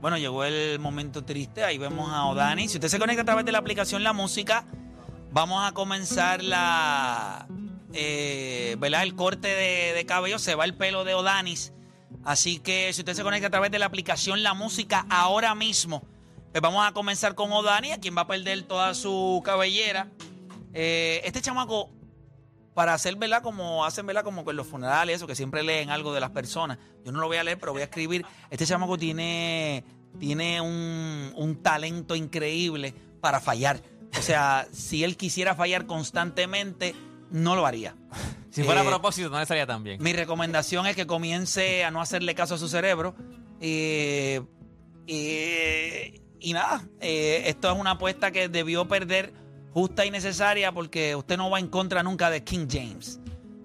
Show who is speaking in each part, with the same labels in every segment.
Speaker 1: Bueno, llegó el momento triste. Ahí vemos a Odani. Si usted se conecta a través de la aplicación La Música, vamos a comenzar la. eh, ¿Verdad? El corte de, de cabello. Se va el pelo de Odanis. Así que si usted se conecta a través de la aplicación La Música ahora mismo, pues vamos a comenzar con Odani, a quien va a perder toda su cabellera. Eh, este chamaco, para hacer, ¿verdad? Como hacen, ¿verdad? Como con los funerales, eso, que siempre leen algo de las personas. Yo no lo voy a leer, pero voy a escribir. Este chamaco tiene, tiene un, un talento increíble para fallar. O sea, si él quisiera fallar constantemente, no lo haría.
Speaker 2: Si fuera
Speaker 1: Eh,
Speaker 2: a propósito, no le salía tan bien.
Speaker 1: mi recomendación es que comience a no hacerle caso a su cerebro. Eh, eh, y nada, eh, esto es una apuesta que debió perder justa y necesaria porque usted no va en contra nunca de King James.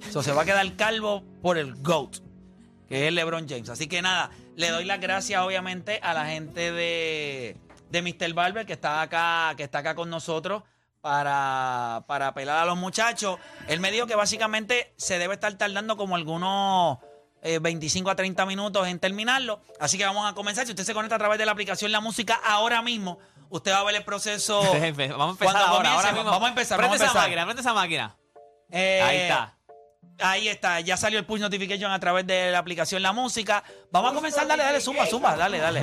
Speaker 1: So, se va a quedar calvo por el GOAT, que es LeBron James. Así que nada, le doy las gracias obviamente a la gente de, de Mr. Barber que está acá, que está acá con nosotros para, para apelar a los muchachos. Él me dijo que básicamente se debe estar tardando como algunos eh, 25 a 30 minutos en terminarlo. Así que vamos a comenzar. Si usted se conecta a través de la aplicación La Música ahora mismo, usted va a ver el proceso.
Speaker 2: Este es el- vamos a empezar
Speaker 1: Cuando
Speaker 2: ahora,
Speaker 1: comience,
Speaker 2: ahora
Speaker 1: va-
Speaker 2: mismo.
Speaker 1: vamos a empezar,
Speaker 2: Prende
Speaker 1: vamos a
Speaker 2: esa
Speaker 1: empezar.
Speaker 2: máquina, prende esa máquina.
Speaker 1: Eh,
Speaker 2: Ahí está.
Speaker 1: Ahí está, ya salió el push notification a través de la aplicación La Música. Vamos a comenzar, dale, dale, zumba, zumba, dale, dale.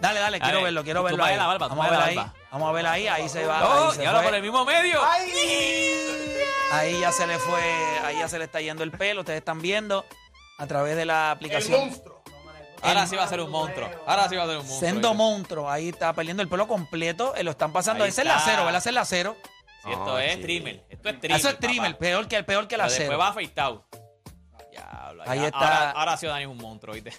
Speaker 1: Dale, dale, quiero
Speaker 2: Dale,
Speaker 1: verlo, quiero
Speaker 2: tú
Speaker 1: verlo.
Speaker 2: baila
Speaker 1: ahí.
Speaker 2: la barba, tú
Speaker 1: Vamos a ver
Speaker 2: baila
Speaker 1: ahí,
Speaker 2: la barba.
Speaker 1: vamos a ver ahí, ahí se va.
Speaker 2: Oh,
Speaker 1: ah, ahí, se
Speaker 2: y ahora
Speaker 1: fue.
Speaker 2: por el mismo medio.
Speaker 1: Ahí ya se le fue, ahí ya se le está yendo el pelo, ustedes están viendo a través de la aplicación.
Speaker 2: Ahora sí va a ser un monstruo. Ahora sí va a ser un monstruo.
Speaker 1: Sendo monstruo, ahí está perdiendo el pelo completo, eh, lo están pasando.
Speaker 2: Ahí
Speaker 1: Ese es el
Speaker 2: está.
Speaker 1: acero, ¿verdad? Ese es el acero.
Speaker 2: Sí, esto es trimmer. Esto es trimmer.
Speaker 1: Eso es trimmer,
Speaker 2: papá.
Speaker 1: peor que el peor que el
Speaker 2: Pero Después
Speaker 1: acero.
Speaker 2: va afeitado. Diablo,
Speaker 1: Ahí
Speaker 2: ya.
Speaker 1: está.
Speaker 2: Ahora, ahora sí Dani es un monstruo, ¿viste?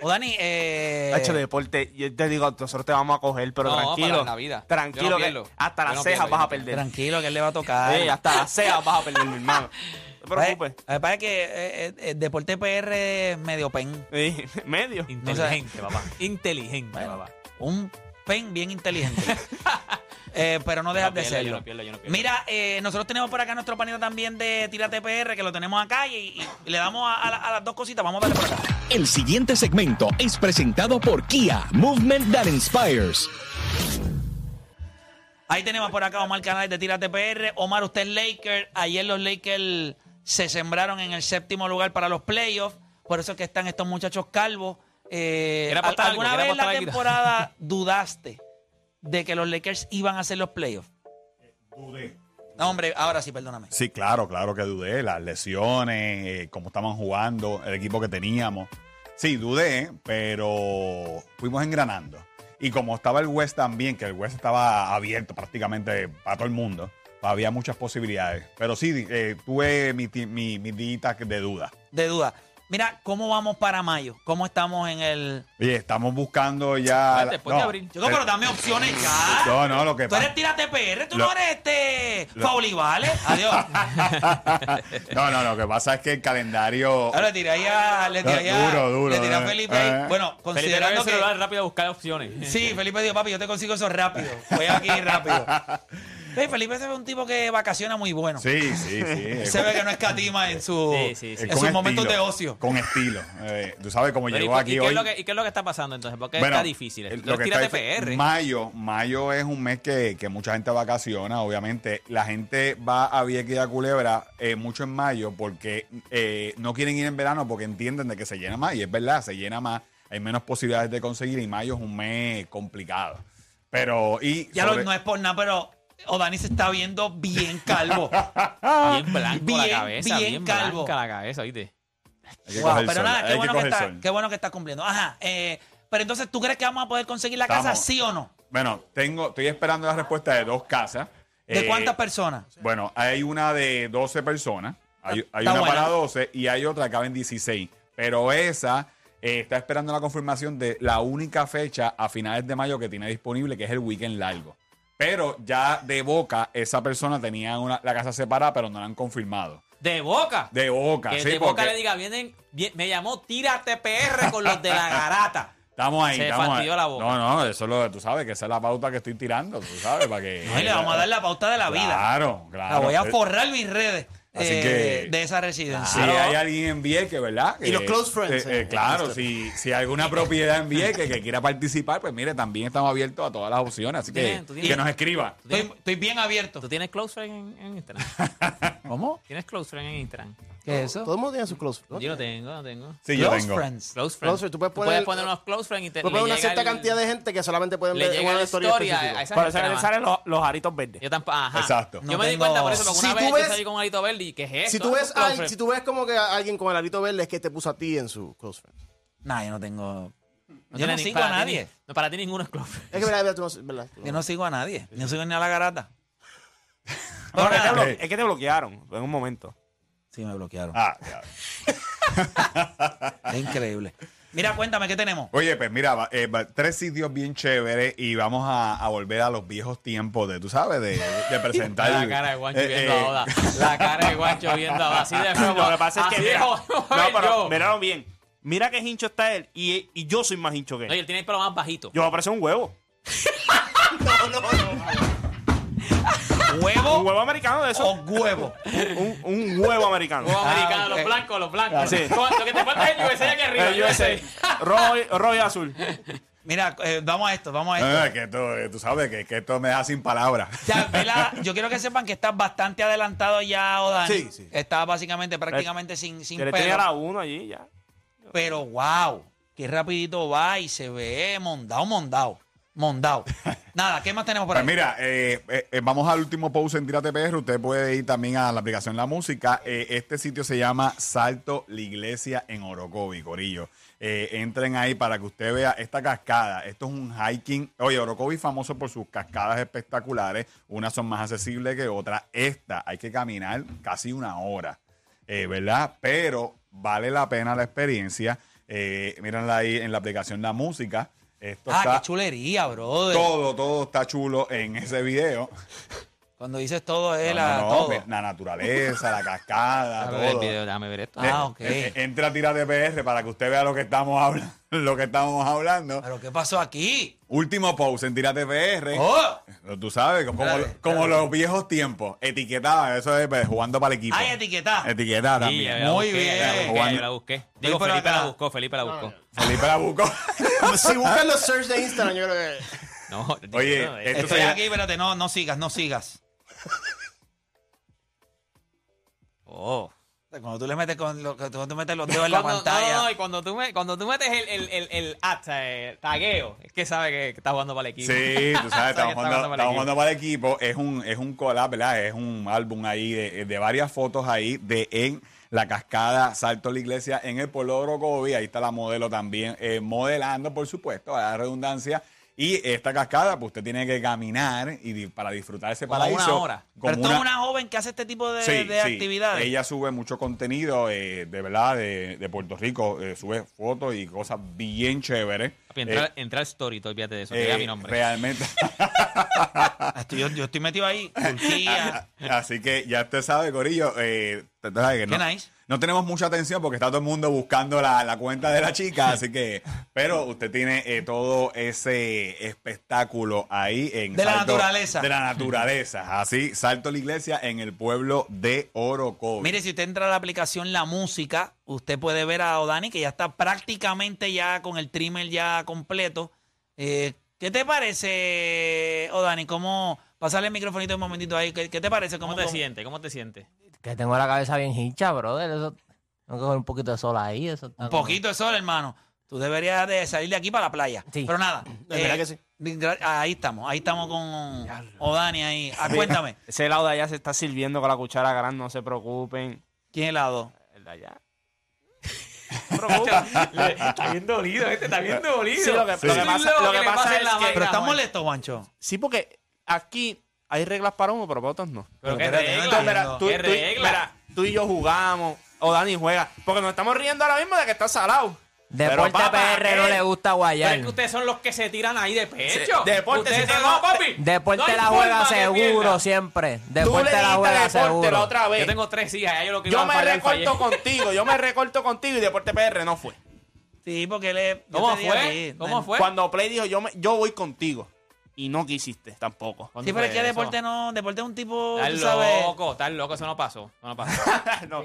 Speaker 1: O Oh, Dani, eh,
Speaker 3: Hacho de deporte, yo te digo, nosotros te vamos a coger, pero
Speaker 2: No,
Speaker 3: tranquilo.
Speaker 2: para la vida. Yo
Speaker 3: Tranquilo,
Speaker 2: no
Speaker 3: que
Speaker 2: pierdo.
Speaker 3: hasta
Speaker 2: Yo
Speaker 3: las
Speaker 2: no
Speaker 3: cejas vas
Speaker 2: pierdo, yo
Speaker 3: a
Speaker 2: no pierdo.
Speaker 3: perder.
Speaker 1: tranquilo que él le va a tocar.
Speaker 3: Ey, hasta las cejas vas a perder, mi hermano. No te
Speaker 1: Pues,
Speaker 3: preocupes.
Speaker 1: eh, parece que eh, eh, eh, Deporte PR es medio pen.
Speaker 3: Ey, medio.
Speaker 2: Eh, Inteligente, papá. Inteligente, papá.
Speaker 1: Un pen bien inteligente. Eh, pero no dejas
Speaker 2: No
Speaker 1: de
Speaker 2: pierdo, yo
Speaker 1: serlo.
Speaker 2: no pierdo, yo no pierdo.
Speaker 1: Mira, eh, nosotros tenemos por acá nuestro panita también de Tírate PR, que lo tenemos acá y, y le damos a, a la- a las dos cositas. Vamos a darle por acá.
Speaker 4: El siguiente segmento es presentado por Kia, Movement That Inspires.
Speaker 1: Ahí tenemos por acá a Omar Canales de Tírate PR. Omar, usted es Laker. Ayer los Lakers se sembraron en el séptimo lugar para los playoffs. Por eso es que están estos muchachos calvos. Eh,
Speaker 2: Quiere apostar
Speaker 1: ¿Alguna
Speaker 2: algo,
Speaker 1: vez
Speaker 2: quiere
Speaker 1: en la
Speaker 2: apostar algo.
Speaker 1: temporada dudaste de que los Lakers iban a hacer los playoffs? Dudé. No, hombre, ahora sí, perdóname.
Speaker 5: Sí, claro, claro que dudé. Las lesiones, eh, cómo estaban jugando, el equipo que teníamos. Sí, dudé, pero fuimos engranando. Y como estaba el West también, que el West estaba abierto prácticamente para todo el mundo, había muchas posibilidades. Pero sí, eh, tuve mi, ti- mi, mis días de duda.
Speaker 1: De duda. Mira, ¿cómo vamos para mayo? ¿Cómo estamos en el...?
Speaker 5: Oye, estamos buscando ya...
Speaker 2: Espérate, ponte a abrir.
Speaker 1: Yo pero dame opciones ya.
Speaker 5: No, no, lo que
Speaker 1: Tú
Speaker 5: pasa...
Speaker 1: eres Tírate PR, tú
Speaker 5: Lo-
Speaker 1: no eres este...
Speaker 5: lo-
Speaker 1: Fauli, ¿vale? Adiós.
Speaker 5: No, no, lo que pasa es que el calendario...
Speaker 1: Ahora le tiré ahí a. Le tiré ahí a-
Speaker 5: Ah, Duro, duro,
Speaker 1: Le tiré a
Speaker 5: eh.
Speaker 1: Felipe ahí.
Speaker 5: Eh.
Speaker 1: Bueno,
Speaker 2: Felipe, no
Speaker 1: considerando
Speaker 2: el
Speaker 1: que.
Speaker 2: celular rápido a buscar opciones.
Speaker 1: Sí, Felipe dijo, papi, yo te consigo eso rápido. Voy aquí rápido. Ve, Felipe se ve un tipo que vacaciona muy bueno.
Speaker 5: Sí, sí, sí.
Speaker 1: Se ve que no escatima en su
Speaker 2: Sí, sí, sí.
Speaker 5: Eh,
Speaker 1: en
Speaker 5: con
Speaker 1: sus momentos
Speaker 5: estilo,
Speaker 1: de ocio.
Speaker 5: Con estilo. Eh, tú sabes cómo
Speaker 2: Pero, ¿y
Speaker 5: llegó
Speaker 2: cu-
Speaker 5: aquí
Speaker 2: ¿y, qué
Speaker 5: hoy.
Speaker 2: es lo que, ¿Y qué es lo que está pasando entonces? Porque
Speaker 5: Bueno,
Speaker 2: está difícil.
Speaker 5: el-
Speaker 2: Los
Speaker 5: que
Speaker 2: tiras de
Speaker 5: está difi-
Speaker 2: PR.
Speaker 5: Mayo, mayo es un mes que, que mucha gente vacaciona, obviamente. La gente va a Vieques y a Culebra eh, mucho en mayo porque eh, no quieren ir en verano porque entienden de que se llena más. Y es verdad, se llena más. Hay menos posibilidades de conseguir y mayo es un mes complicado. Pero, y.
Speaker 1: Ya
Speaker 5: sobre-
Speaker 1: lo, no es por nada, pero Odani se está viendo bien calvo.
Speaker 2: bien blanco la
Speaker 1: Bien,
Speaker 2: cabeza.
Speaker 1: bien
Speaker 2: Bien,
Speaker 1: calvo.
Speaker 2: blanca la cabeza, ¿viste?
Speaker 5: hay que
Speaker 1: Wow,
Speaker 5: coger
Speaker 1: pero
Speaker 5: sol,
Speaker 1: nada,
Speaker 5: hay
Speaker 1: qué bueno que,
Speaker 5: coger
Speaker 1: está,
Speaker 5: sol.
Speaker 1: qué bueno que está cumpliendo. Ajá. eh, pero entonces, ¿tú crees que vamos a poder conseguir la casa
Speaker 5: Estamos-
Speaker 1: sí o no?
Speaker 5: Bueno, tengo, estoy esperando la respuesta de dos casas.
Speaker 1: ¿De
Speaker 5: Eh,
Speaker 1: cuántas personas?
Speaker 5: Bueno, hay una de 12 personas, hay,
Speaker 1: Está-
Speaker 5: hay
Speaker 1: está
Speaker 5: una
Speaker 1: buena.
Speaker 5: para 12 y hay otra que cabe en 16. Pero esa eh, está esperando la confirmación de la única fecha a finales de mayo que tiene disponible, que es el weekend largo. Pero ya de boca, esa persona tenía una, la casa separada, pero no la han confirmado.
Speaker 2: De boca.
Speaker 5: De boca,
Speaker 2: que
Speaker 5: sí,
Speaker 2: de boca
Speaker 5: porque
Speaker 2: le diga, vienen, bien- me llamó tírate PR con los de la garata.
Speaker 5: estamos ahí.
Speaker 2: Se
Speaker 5: estamos
Speaker 2: fastidió
Speaker 5: ahí.
Speaker 2: la boca.
Speaker 5: No, no, eso lo, tú sabes que esa es la pauta que estoy tirando, tú sabes, para que.
Speaker 1: Ay, le vamos a dar la pauta de la vida.
Speaker 5: Claro, claro.
Speaker 1: La voy a
Speaker 5: Eh,
Speaker 1: forrar mis redes
Speaker 5: Así
Speaker 1: eh,
Speaker 5: que-
Speaker 1: de esa residencia.
Speaker 5: Si hay alguien en Vieque, ¿verdad?
Speaker 6: Y los close friends,
Speaker 5: eh, eh,
Speaker 6: eh,
Speaker 5: claro,
Speaker 6: esto.
Speaker 2: este.
Speaker 5: si, si hay alguna propiedad en Vieque que quiera participar, pues mire, también estamos abiertos a todas las opciones. Así
Speaker 2: Tú
Speaker 5: que,
Speaker 2: tienes- tú tienes-
Speaker 5: que nos escriba.
Speaker 1: Estoy, estoy bien abierto.
Speaker 2: ¿Tú tienes close friend en, en Instagram?
Speaker 1: ¿Cómo?
Speaker 2: ¿Tienes close friend en Instagram?
Speaker 1: ¿Qué es eso?
Speaker 6: Todo el mundo tiene su close friend.
Speaker 2: Yo no tengo, no tengo.
Speaker 5: Sí, yo
Speaker 1: Close
Speaker 5: tengo.
Speaker 1: friends.
Speaker 2: Close friend.
Speaker 6: Close friend, tú puedes
Speaker 2: puedes
Speaker 6: poner-
Speaker 2: poner unos close friend y te
Speaker 6: Puedes
Speaker 2: le
Speaker 6: poner una
Speaker 2: llega
Speaker 6: cierta
Speaker 2: el-
Speaker 6: cantidad de gente que solamente pueden
Speaker 2: Le
Speaker 6: ver
Speaker 2: llega
Speaker 6: una
Speaker 2: la
Speaker 6: historia
Speaker 2: historia a
Speaker 6: específica.
Speaker 2: esa
Speaker 3: Por eso
Speaker 2: gente
Speaker 3: que
Speaker 2: nada
Speaker 3: le
Speaker 2: más.
Speaker 3: salen los, los aritos verdes.
Speaker 2: Yo tampoco, ajá.
Speaker 5: Exacto.
Speaker 2: Yo
Speaker 1: No
Speaker 2: me di
Speaker 1: tengo-
Speaker 2: cuenta por eso, porque
Speaker 6: Si
Speaker 2: una
Speaker 6: tú
Speaker 2: vez
Speaker 6: ves-
Speaker 2: yo salí con un arito verde y ¿qué es esto?
Speaker 6: Si tú,
Speaker 2: Ah,
Speaker 6: ves
Speaker 2: close
Speaker 6: al-
Speaker 2: friend.
Speaker 6: si tú ves como que a alguien con el arito verde es que te puso a ti en su close friend.
Speaker 1: Nah, yo no tengo.
Speaker 2: No
Speaker 1: yo
Speaker 2: tiene
Speaker 1: no
Speaker 2: ni-
Speaker 1: sigo a
Speaker 2: para ti
Speaker 1: nadie.
Speaker 2: ni- no, para ti ninguno es close friend.
Speaker 6: Es que verdad, verdad, tú no- verdad, tú no-
Speaker 1: Yo no sigo a nadie. Yo no sigo ni a la garata.
Speaker 3: No, es, que te
Speaker 1: Ahora-
Speaker 3: blo- es que te bloquearon en un momento.
Speaker 1: Sí, me bloquearon.
Speaker 5: Ah, ya.
Speaker 1: Es increíble. Mira, cuéntame, ¿qué tenemos?
Speaker 5: Oye, pues mira, va- eh, va- tres sitios bien chéveres y vamos a, a volver a los viejos tiempos de, tú sabes, de, de presentar.
Speaker 2: La cara de Guancho
Speaker 5: Eh,
Speaker 2: viendo
Speaker 5: eh,
Speaker 2: a Oda. La cara de Guancho viendo a Oda. Así de
Speaker 3: Lo
Speaker 2: feo.
Speaker 3: que pasa es que.
Speaker 2: así de
Speaker 3: Mira,
Speaker 2: jodido
Speaker 3: no,
Speaker 2: soy
Speaker 3: pero
Speaker 2: yo.
Speaker 3: míralo bien. Mira qué hincho está él y, y yo soy más hincho que
Speaker 2: No, y
Speaker 3: él.
Speaker 2: él tiene el pelo más bajito.
Speaker 3: Yo voy a parecer un huevo. Un
Speaker 1: ¿Huevo
Speaker 3: huevo americano de
Speaker 1: o
Speaker 3: eso.
Speaker 2: Oh.
Speaker 1: huevo?
Speaker 3: Un, un huevo americano.
Speaker 5: Ah,
Speaker 2: Los americanos,
Speaker 1: ok.
Speaker 2: los blancos, los blancos.
Speaker 3: Sí.
Speaker 2: Lo que te falta es el USA aquí arriba.
Speaker 3: El USA. Eh, Rojo y- rojo y azul.
Speaker 1: Mira, eh, vamos a esto, vamos a esto.
Speaker 5: eh, que esto, eh, tú sabes que, que esto me da sin palabras.
Speaker 1: O sea, Vela, yo quiero que sepan que estás bastante adelantado ya, Odani.
Speaker 6: Sí, sí.
Speaker 1: Estás básicamente, prácticamente sin, sin
Speaker 3: Que le tenía
Speaker 1: pelo.
Speaker 3: la este uno allí ya.
Speaker 1: Pero wow, qué rapidito va y se ve mondao, mondao, mondao. Nada, ¿qué más tenemos por ahí?
Speaker 5: Pues mira, eh, eh, eh, vamos al último post en Tírate PR. Usted puede ir también a la aplicación La Música. Eh, este sitio se llama Salto la Iglesia en Orocovi, Corillo. Eh, entren ahí para que usted vea esta cascada. Esto es un hiking. Oye, Orocovi es famoso por sus cascadas espectaculares. Unas son más accesibles que otras. Esta hay que caminar casi una hora. Eh, ¿verdad? Pero vale la pena la experiencia. Eh, mírenla ahí en la aplicación La Música. Esto
Speaker 1: ah,
Speaker 5: está
Speaker 1: qué chulería, brother.
Speaker 5: todo, todo está chulo en ese video.
Speaker 1: Cuando dices todo
Speaker 5: No,
Speaker 1: es
Speaker 5: no,
Speaker 1: la,
Speaker 5: no,
Speaker 1: todo.
Speaker 5: ve- la naturaleza, la cascada,
Speaker 2: Déjame ver el
Speaker 5: todo.
Speaker 2: video, déjame ver esto.
Speaker 5: Eh,
Speaker 1: Ah, ok.
Speaker 5: eh, Entra a tirar de PR para que usted vea lo que estamos hablando. Lo que estamos hablando.
Speaker 1: Pero ¿qué pasó aquí?
Speaker 5: Último post en Tírate PR.
Speaker 1: ¡Oh!
Speaker 5: Tú sabes, como,
Speaker 1: Espérate,
Speaker 5: como los viejos tiempos. Etiquetada, eso es pues, jugando para el equipo.
Speaker 1: Ay, etiquetada.
Speaker 5: Etiquetada
Speaker 2: Sí,
Speaker 5: también.
Speaker 2: ya la
Speaker 1: Muy
Speaker 2: busqué,
Speaker 1: bien.
Speaker 2: ya la busqué,
Speaker 5: Juan-
Speaker 2: ya la busqué.
Speaker 1: pero
Speaker 2: Digo, Felipe
Speaker 1: acá-
Speaker 2: la buscó, Felipe la buscó.
Speaker 5: Felipe la buscó.
Speaker 6: Si buscas los search de Instagram, yo creo que.
Speaker 2: No,
Speaker 5: Oye,
Speaker 2: no, este,
Speaker 5: esto
Speaker 1: Estoy
Speaker 5: se-
Speaker 1: aquí, espérate, no, no sigas, no sigas.
Speaker 2: Oh.
Speaker 1: Cuando tú le metes con lo- cuando tú metes los dedos en la
Speaker 2: Cuando, no,
Speaker 1: pantalla.
Speaker 2: no, no, y cuando tú, me- cuando tú metes el, el, el, el hasta, eh, tagueo, es que sabe que, que está jugando para el equipo.
Speaker 5: Sí,
Speaker 2: Sabe que
Speaker 5: tú sabes,
Speaker 2: está
Speaker 5: estamos jugando,
Speaker 2: jugando para el
Speaker 5: estamos jugando para el equipo. Es un, es un collab, ¿verdad? Es un álbum ahí de, de varias fotos ahí de en la cascada Salto a la Iglesia en el Pueblo de Orocovi. Ahí está la modelo también eh, modelando, por supuesto, a la redundancia. Y esta cascada, pues usted tiene que caminar y di- para disfrutar ese
Speaker 2: Como una
Speaker 5: paraíso.
Speaker 2: hora.
Speaker 5: como
Speaker 1: Pero esto es
Speaker 5: una-
Speaker 1: una joven que hace este tipo de,
Speaker 5: Sí,
Speaker 1: de
Speaker 5: sí.
Speaker 1: actividades.
Speaker 5: Ella sube mucho contenido, eh, de verdad, de, de Puerto Rico. eh, sube fotos y cosas bien chéveres.
Speaker 2: Papi, Entra,
Speaker 5: Eh,
Speaker 2: entra al story, tú olvídate de eso, que
Speaker 5: eh,
Speaker 2: diga mi nombre.
Speaker 5: Realmente.
Speaker 1: Ah, estoy- yo, yo
Speaker 5: Ah,
Speaker 1: estoy metido ahí. Turquía.
Speaker 5: Así que ya usted sabe, Corillo. Eh, tú sabes que
Speaker 1: Qué
Speaker 5: no-
Speaker 1: nice.
Speaker 5: No tenemos mucha atención porque está todo el mundo buscando la, la cuenta de la chica, así que. Pero usted tiene eh, todo ese espectáculo ahí en.
Speaker 1: De la naturaleza.
Speaker 5: De la naturaleza. Así, Salto a la Iglesia en el pueblo de Orocovis.
Speaker 1: Mire, si usted entra a la aplicación La Música, usted puede ver a Odani que ya está prácticamente ya con el trimmer ya completo. Eh, ¿Qué te parece, Odani? ¿Cómo? Pasarle el microfonito un momentito ahí. ¿Qué, qué te parece? ¿Cómo,
Speaker 2: ¿Cómo te
Speaker 1: cómo-
Speaker 2: sientes? ¿Cómo te sientes?
Speaker 7: Que tengo la cabeza bien hincha, brother. Eso, tengo que coger un poquito de sol ahí. Eso está
Speaker 1: Un
Speaker 7: como-
Speaker 1: poquito de sol, hermano. Tú deberías de salir de aquí para la playa.
Speaker 7: Sí.
Speaker 1: Pero nada. eh,
Speaker 6: De verdad que sí.
Speaker 1: gra- Ahí estamos. Ahí estamos con Odani ahí. Ah, cuéntame.
Speaker 3: Ese lado de allá se está sirviendo con la cuchara grande, no se preocupen.
Speaker 1: ¿Quién es la dos?
Speaker 3: El de allá.
Speaker 2: Le- está bien dolido, este está bien dolido.
Speaker 3: Sí, lo que-
Speaker 2: Estoy
Speaker 3: lo que pasa-
Speaker 2: loco
Speaker 3: lo que
Speaker 2: le
Speaker 3: pasa
Speaker 2: pase
Speaker 3: es
Speaker 2: la
Speaker 3: que-
Speaker 2: vaina,
Speaker 1: Pero estás
Speaker 2: Juan.
Speaker 1: molesto, Juancho.
Speaker 3: Sí, porque aquí hay reglas para uno, pero para otros no.
Speaker 2: Pero qué
Speaker 1: Espérate, no
Speaker 2: regla.
Speaker 3: Entonces, mira, tú,
Speaker 2: qué
Speaker 3: tú-
Speaker 2: regla.
Speaker 3: mira, tú y yo jugamos, o Dani juega, porque nos estamos riendo ahora mismo de que está salado.
Speaker 7: Deporte
Speaker 3: Pero, papá,
Speaker 7: PR no
Speaker 3: ¿qué?
Speaker 7: le gusta
Speaker 2: Pero
Speaker 7: guayar.
Speaker 2: es que ustedes son los que se tiran ahí de pecho.
Speaker 3: Sí, deporte,
Speaker 2: Ustedes
Speaker 3: si
Speaker 2: son-
Speaker 3: tengo-
Speaker 2: no, papi.
Speaker 7: Deporte
Speaker 2: no hay
Speaker 7: la
Speaker 2: forma
Speaker 7: juega
Speaker 2: que
Speaker 7: seguro
Speaker 2: pierda.
Speaker 7: siempre.
Speaker 3: Tú le
Speaker 7: Deporte la
Speaker 3: diste
Speaker 7: juega
Speaker 3: deporte
Speaker 7: seguro.
Speaker 3: la otra vez.
Speaker 2: Yo tengo tres hijas, ya yo lo que iba
Speaker 3: Yo
Speaker 2: a
Speaker 3: me
Speaker 2: fallar,
Speaker 3: recorto
Speaker 2: fallé.
Speaker 3: contigo, yo me recorto contigo y Deporte PR no fue.
Speaker 1: Sí, porque le. yo
Speaker 2: ¿Cómo
Speaker 1: te dije a ti,
Speaker 2: fue? ¿Cómo
Speaker 1: Dani.
Speaker 2: fue?
Speaker 3: Cuando Play dijo, yo, me- yo voy contigo. Y no quisiste tampoco.
Speaker 1: Sí, pero es que deporte no. Deporte es un tipo. Tú
Speaker 2: Estás
Speaker 1: sabes.
Speaker 2: loco, estás loco, eso no pasó. Eso
Speaker 3: No.
Speaker 2: no pasó.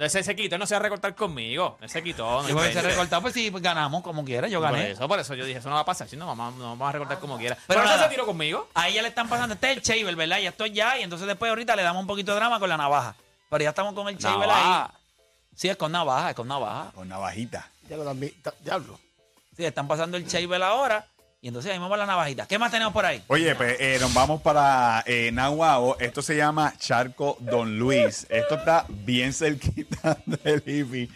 Speaker 2: Ese se quitó, no se va a recortar conmigo. Él se quitó. No
Speaker 1: Y porque se
Speaker 2: inventes.
Speaker 1: recortado, pues sí, pues, ganamos como quiera. Yo
Speaker 2: Por
Speaker 1: gané.
Speaker 2: eso, por eso yo dije, eso no va a pasar. Si no, vamos, no vamos a recortar como quiera.
Speaker 1: Pero
Speaker 2: Pero no
Speaker 1: nada.
Speaker 2: se tiró conmigo.
Speaker 1: Ahí ya le están pasando. Este es el Shaver, ¿verdad? Ya estoy ya. Y entonces después ahorita le damos un poquito de drama con la navaja. Pero ya estamos con el Shaver ahí.
Speaker 2: Ah.
Speaker 3: Navaja.
Speaker 1: Sí, es con navaja, es con navaja.
Speaker 5: Con navajita.
Speaker 6: Diablo, también- ta- diablo.
Speaker 1: Sí, están pasando el Shaver ahora. Y entonces ahí vamos a la navajita. ¿Qué más tenemos por ahí?
Speaker 5: Oye, pues eh, nos vamos para eh, Nahuabo. Esto se llama Charco Don Luis. Esto está bien cerquita del hippie.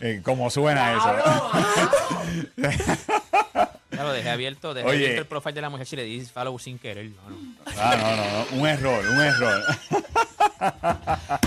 Speaker 5: Eh, ¿Cómo suena eso?
Speaker 2: Ya lo dejé abierto, dejé
Speaker 5: Oye.
Speaker 2: abierto el profile de la mujer y le di follow sin querer. No, no.
Speaker 5: Ah, no, no, no. Un error, un error.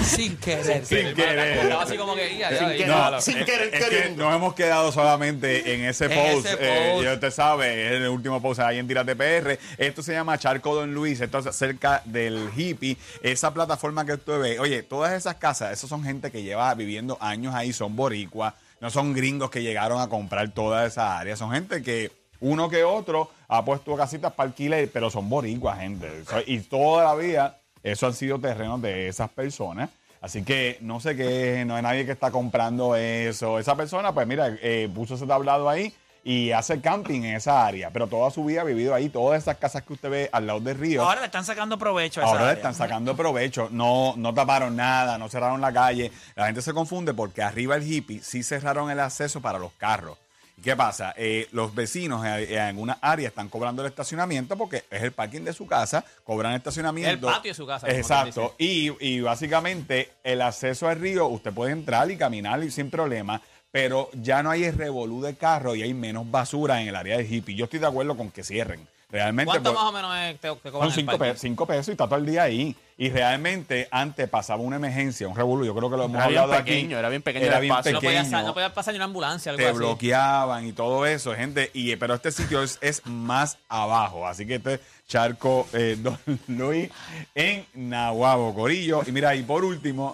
Speaker 1: Sin querer.
Speaker 5: Sin querer.
Speaker 2: Estaba así como que ya, ya, ya,
Speaker 5: No,
Speaker 2: ya.
Speaker 6: sin
Speaker 5: es-
Speaker 6: querer,
Speaker 5: es que
Speaker 6: queriendo.
Speaker 5: nos hemos quedado solamente en ese
Speaker 1: En
Speaker 5: post.
Speaker 1: ese
Speaker 5: eh,
Speaker 1: post.
Speaker 5: ya usted sabe, es el último post ahí en Tírate PR. Esto se llama Charco Don Luis, esto es cerca del hippie. Esa plataforma que usted ve, oye, todas esas casas, esos son gente que lleva viviendo años ahí, son boricuas, no son gringos que llegaron a comprar toda esa área, son gente que uno que otro ha puesto casitas para alquiler, pero son boricuas, gente. So- Y toda la vida, eso han sido terrenos de esas personas. Así que no sé qué, no hay nadie que está comprando eso. Esa persona, pues mira, eh, puso ese tablado ahí y hace camping en esa área, pero toda su vida ha vivido ahí, todas esas casas que usted ve al lado del río.
Speaker 1: Ahora le están sacando provecho a esa
Speaker 5: Ahora le
Speaker 1: área.
Speaker 5: están sacando provecho, no, no taparon nada, no cerraron la calle. La gente se confunde porque arriba el hippie sí cerraron el acceso para los carros. ¿Y ¿Qué pasa? Eh, los vecinos en, en alguna área están cobrando el estacionamiento porque es el parking de su casa, cobran estacionamiento.
Speaker 2: El patio de su casa, como
Speaker 5: Exacto. Y, y básicamente el acceso al río, usted puede entrar y caminar y sin problema, pero ya no hay el revolú de carro y hay menos basura en el área del hippie. Yo estoy de acuerdo con que cierren. Realmente,
Speaker 2: ¿Cuánto
Speaker 5: pues,
Speaker 2: más o menos es te, te cobran
Speaker 5: son
Speaker 2: el
Speaker 5: cinco,
Speaker 2: parking?
Speaker 5: pe- cinco pesos y está todo el día ahí. Y realmente antes pasaba una emergencia, un revolú. Yo creo que lo hemos
Speaker 3: Era bien
Speaker 5: hablado aquí.
Speaker 3: pequeño, era bien pequeño
Speaker 5: Era
Speaker 3: el
Speaker 5: bien
Speaker 3: espacio.
Speaker 2: No podía,
Speaker 5: pequeño.
Speaker 2: sa- no podía pasar ni una ambulancia, algo
Speaker 5: te
Speaker 2: así.
Speaker 5: bloqueaban y todo eso, gente. Y, eh, pero este sitio es, es más abajo. Así que este charco eh, Don Luis en Nahuabo, Corillo. Y mira, y por último,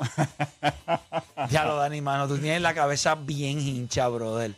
Speaker 1: Ya lo Dani, mano. Tú tienes la cabeza bien hincha, brother.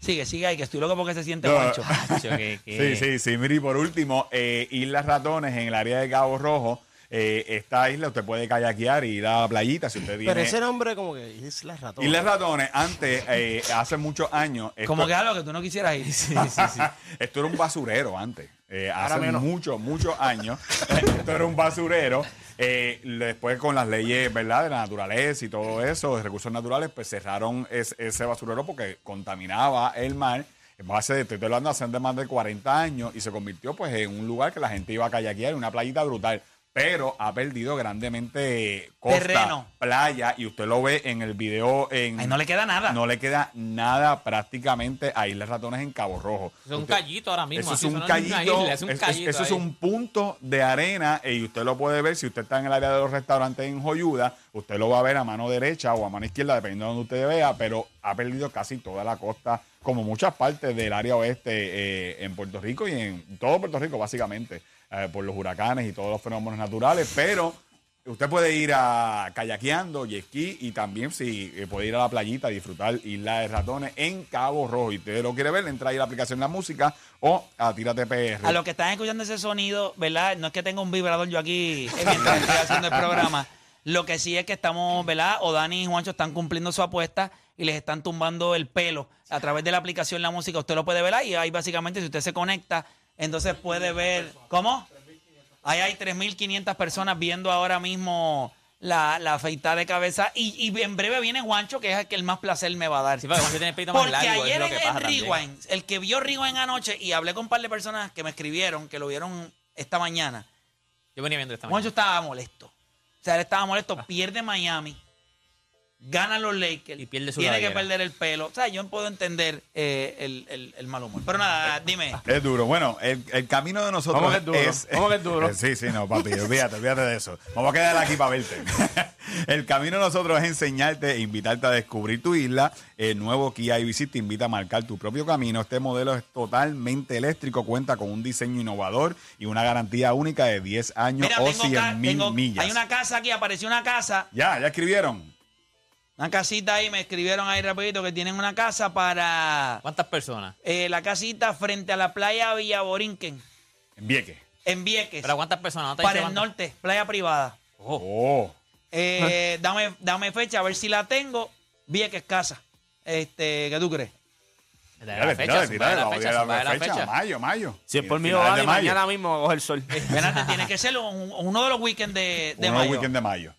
Speaker 1: Sigue, sigue ahí, que estoy loco porque se siente
Speaker 5: No.
Speaker 1: Juancho.
Speaker 2: Macho, que- que-
Speaker 5: Sí, sí, sí. Mira, y por último, eh, Islas Ratones en el área de Cabo Rojo. Eh, esta isla usted puede kayakear y ir a la playita si usted
Speaker 6: Pero
Speaker 5: viene.
Speaker 6: ese nombre como que es la ratón.
Speaker 5: Islas Ratones, antes, eh, hace muchos años, esto,
Speaker 1: Como que algo que tú no quisieras ir.
Speaker 5: esto era un basurero antes. Eh, hace
Speaker 6: menos.
Speaker 5: muchos, muchos años, esto era un basurero. Eh, después con las leyes, ¿verdad? De la naturaleza y todo eso, de recursos naturales, pues cerraron es- ese basurero porque contaminaba el mar. Hace, estoy hablando hace más de 40 años y se convirtió pues en un lugar que la gente iba a kayakear, una playita brutal. Pero ha perdido grandemente costa,
Speaker 1: Terreno.
Speaker 5: playa, y usted lo ve en el video en,
Speaker 1: Ahí no le queda nada.
Speaker 5: no le queda nada prácticamente a Islas Ratones en Cabo Rojo.
Speaker 2: Es un
Speaker 5: Usted-
Speaker 2: callito ahora mismo.
Speaker 5: Eso es
Speaker 2: así,
Speaker 5: un
Speaker 2: no
Speaker 5: callito.
Speaker 2: una isla, es un
Speaker 5: es- es-
Speaker 2: callito
Speaker 5: eso es
Speaker 2: ahí.
Speaker 5: un punto de arena eh, y usted lo puede ver si usted está en el área de los restaurantes en Joyuda. Usted lo va a ver a mano derecha o a mano izquierda, dependiendo de donde usted vea, pero ha perdido casi toda la costa, como muchas partes del área oeste eh, en Puerto Rico y en todo Puerto Rico, básicamente, eh, por los huracanes y todos los fenómenos naturales, pero Usted puede ir a kayakeando, jet ski y también si eh, puede ir a la playita a disfrutar Isla de Ratones en Cabo Rojo. Y usted lo quiere ver, entra ahí a la aplicación La Música o a Tírate PR.
Speaker 1: A los que están escuchando ese sonido, ¿verdad? No es que tenga un vibrador yo aquí eh, mientras estoy haciendo el programa. Lo que sí es que estamos, ¿verdad? O Dani y Juancho están cumpliendo su apuesta y les están tumbando el pelo a través de la aplicación La Música. Usted lo puede ver ahí. Ahí básicamente, si usted se conecta, entonces puede ver. ¿Cómo? Ahí hay 3.500 personas viendo ahora mismo la, la afeitada de cabeza. Y, y en breve viene Juancho, que es el que el más placer me va a dar.
Speaker 2: Sí, porque Juancho tiene el pelito más
Speaker 1: Porque
Speaker 2: largo, es
Speaker 1: ayer
Speaker 2: lo
Speaker 1: en,
Speaker 2: que
Speaker 1: en
Speaker 2: pasa también.
Speaker 1: Rewind, el que vio Rewind anoche, y hablé con un par de personas que me escribieron, que lo vieron esta mañana.
Speaker 2: Yo venía viendo esta
Speaker 1: Juancho
Speaker 2: mañana. Ah.
Speaker 1: estaba molesto. O sea, él estaba molesto. Pierde Miami, gana los Lakers.
Speaker 2: Y pierde su
Speaker 1: Tiene que
Speaker 2: cabellera.
Speaker 1: perder el pelo. O sea, yo puedo entender eh, el, el- el mal humor. Pero nada, dime.
Speaker 2: ah,
Speaker 5: Es duro. Bueno, el, el camino de nosotros Eh,
Speaker 3: Vamos que es duro, vamos que es duro.
Speaker 5: Sí, sí, no, papi, olvídate, olvídate de eso. Vamos a quedar aquí para verte. el camino de nosotros es enseñarte e invitarte a descubrir tu isla. El nuevo Kia IBC te invita a marcar tu propio camino. Este modelo es totalmente eléctrico, cuenta con un diseño innovador y una garantía única de 10 años
Speaker 1: Mira,
Speaker 5: o
Speaker 1: tengo, ca-
Speaker 5: 100 mil
Speaker 1: tengo-
Speaker 5: millas.
Speaker 1: hay una casa aquí, apareció una casa.
Speaker 5: Ya, ya escribieron.
Speaker 1: Una casita ahí, me escribieron ahí rapidito que tienen una casa para
Speaker 2: ¿Cuántas personas?
Speaker 1: eh, la casita frente a la playa Villa Borinquen,
Speaker 5: En Vieques.
Speaker 1: en Vieques,
Speaker 2: ¿Pero cuántas personas? ¿No te
Speaker 1: para
Speaker 2: dice
Speaker 1: el
Speaker 2: cuántas?
Speaker 1: norte, playa privada.
Speaker 5: Oh.
Speaker 1: Eh, dame, dame fecha, a ver si la tengo. Vieques casa. Este, ¿qué tú crees?
Speaker 2: Dale
Speaker 5: Dale,
Speaker 2: la fecha,
Speaker 5: tírale,
Speaker 2: zumba de
Speaker 5: tírale,
Speaker 2: la
Speaker 5: vamos a
Speaker 2: fecha,
Speaker 5: tirar
Speaker 2: zumba de la fecha.
Speaker 5: Mayo, mayo.
Speaker 3: Si es por mí,
Speaker 5: Finales de
Speaker 3: Odani,
Speaker 5: mayo.
Speaker 3: mañana mismo coge el sol.
Speaker 1: Espérate, tiene que ser un- uno de los weekends de, de
Speaker 5: Uno
Speaker 1: mayo.
Speaker 5: weekend de mayo.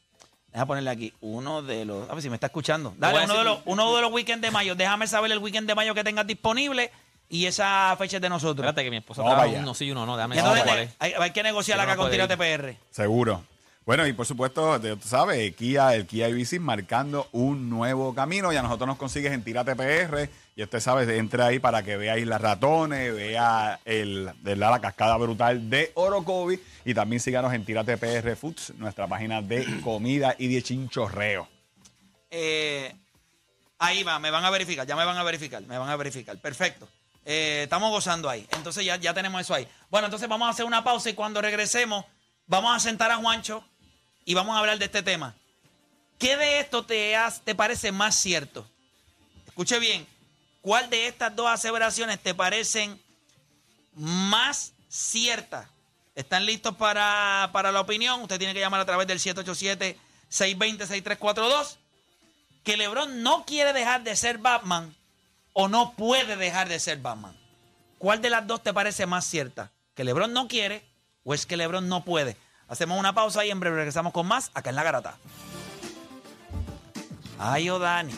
Speaker 1: Déjame ponerle aquí. Uno de los. A ver si me está escuchando.
Speaker 2: voy
Speaker 1: Dale,
Speaker 2: a
Speaker 1: uno de,
Speaker 2: decir-
Speaker 1: los, uno de los weekends de mayo. Déjame saber el weekend de mayo que tengas disponible y esa fecha es de nosotros.
Speaker 2: Espérate que mi esposa
Speaker 5: Vamos
Speaker 2: trabaja
Speaker 5: para allá.
Speaker 2: un no sí y uno no. Déjame
Speaker 1: Y entonces
Speaker 2: decirte cuál es.
Speaker 1: hay, hay que negociar
Speaker 2: Yo no
Speaker 1: acá con
Speaker 2: puedo ir.
Speaker 1: Tírate PR.
Speaker 5: Seguro. Bueno, y por supuesto, ya tú sabes, eh, Kia, el Kia IBC marcando un nuevo camino. Y a nosotros nos consigues en Tírate PR. Y usted sabe, entra ahí para que veáis las ratones, vea el, ¿verdad? la cascada brutal de Orocovi. Y también síganos en Tírate PR Foods, nuestra página de comida y de chinchorreo.
Speaker 1: Eh, ahí va, me van a verificar, ya me van a verificar, me van a verificar. Perfecto. Eh, estamos gozando ahí. Entonces ya, ya tenemos eso ahí. Bueno, entonces vamos a hacer una pausa y cuando regresemos, vamos a sentar a Juancho y vamos a hablar de este tema. ¿Qué de esto te, has- te parece más cierto? Escuche bien, ¿cuál de estas dos aseveraciones te parecen más ciertas? ¿Están listos para, para la opinión? Usted tiene que llamar a través del 787-620-6342 que LeBron no quiere dejar de ser Batman o no puede dejar de ser Batman? ¿Cuál de las dos te parece más cierta? ¿Que LeBron no quiere o es que LeBron no puede? Hacemos una pausa y en breve oh, regresamos con más acá en La Garata. Ay, O'Dani.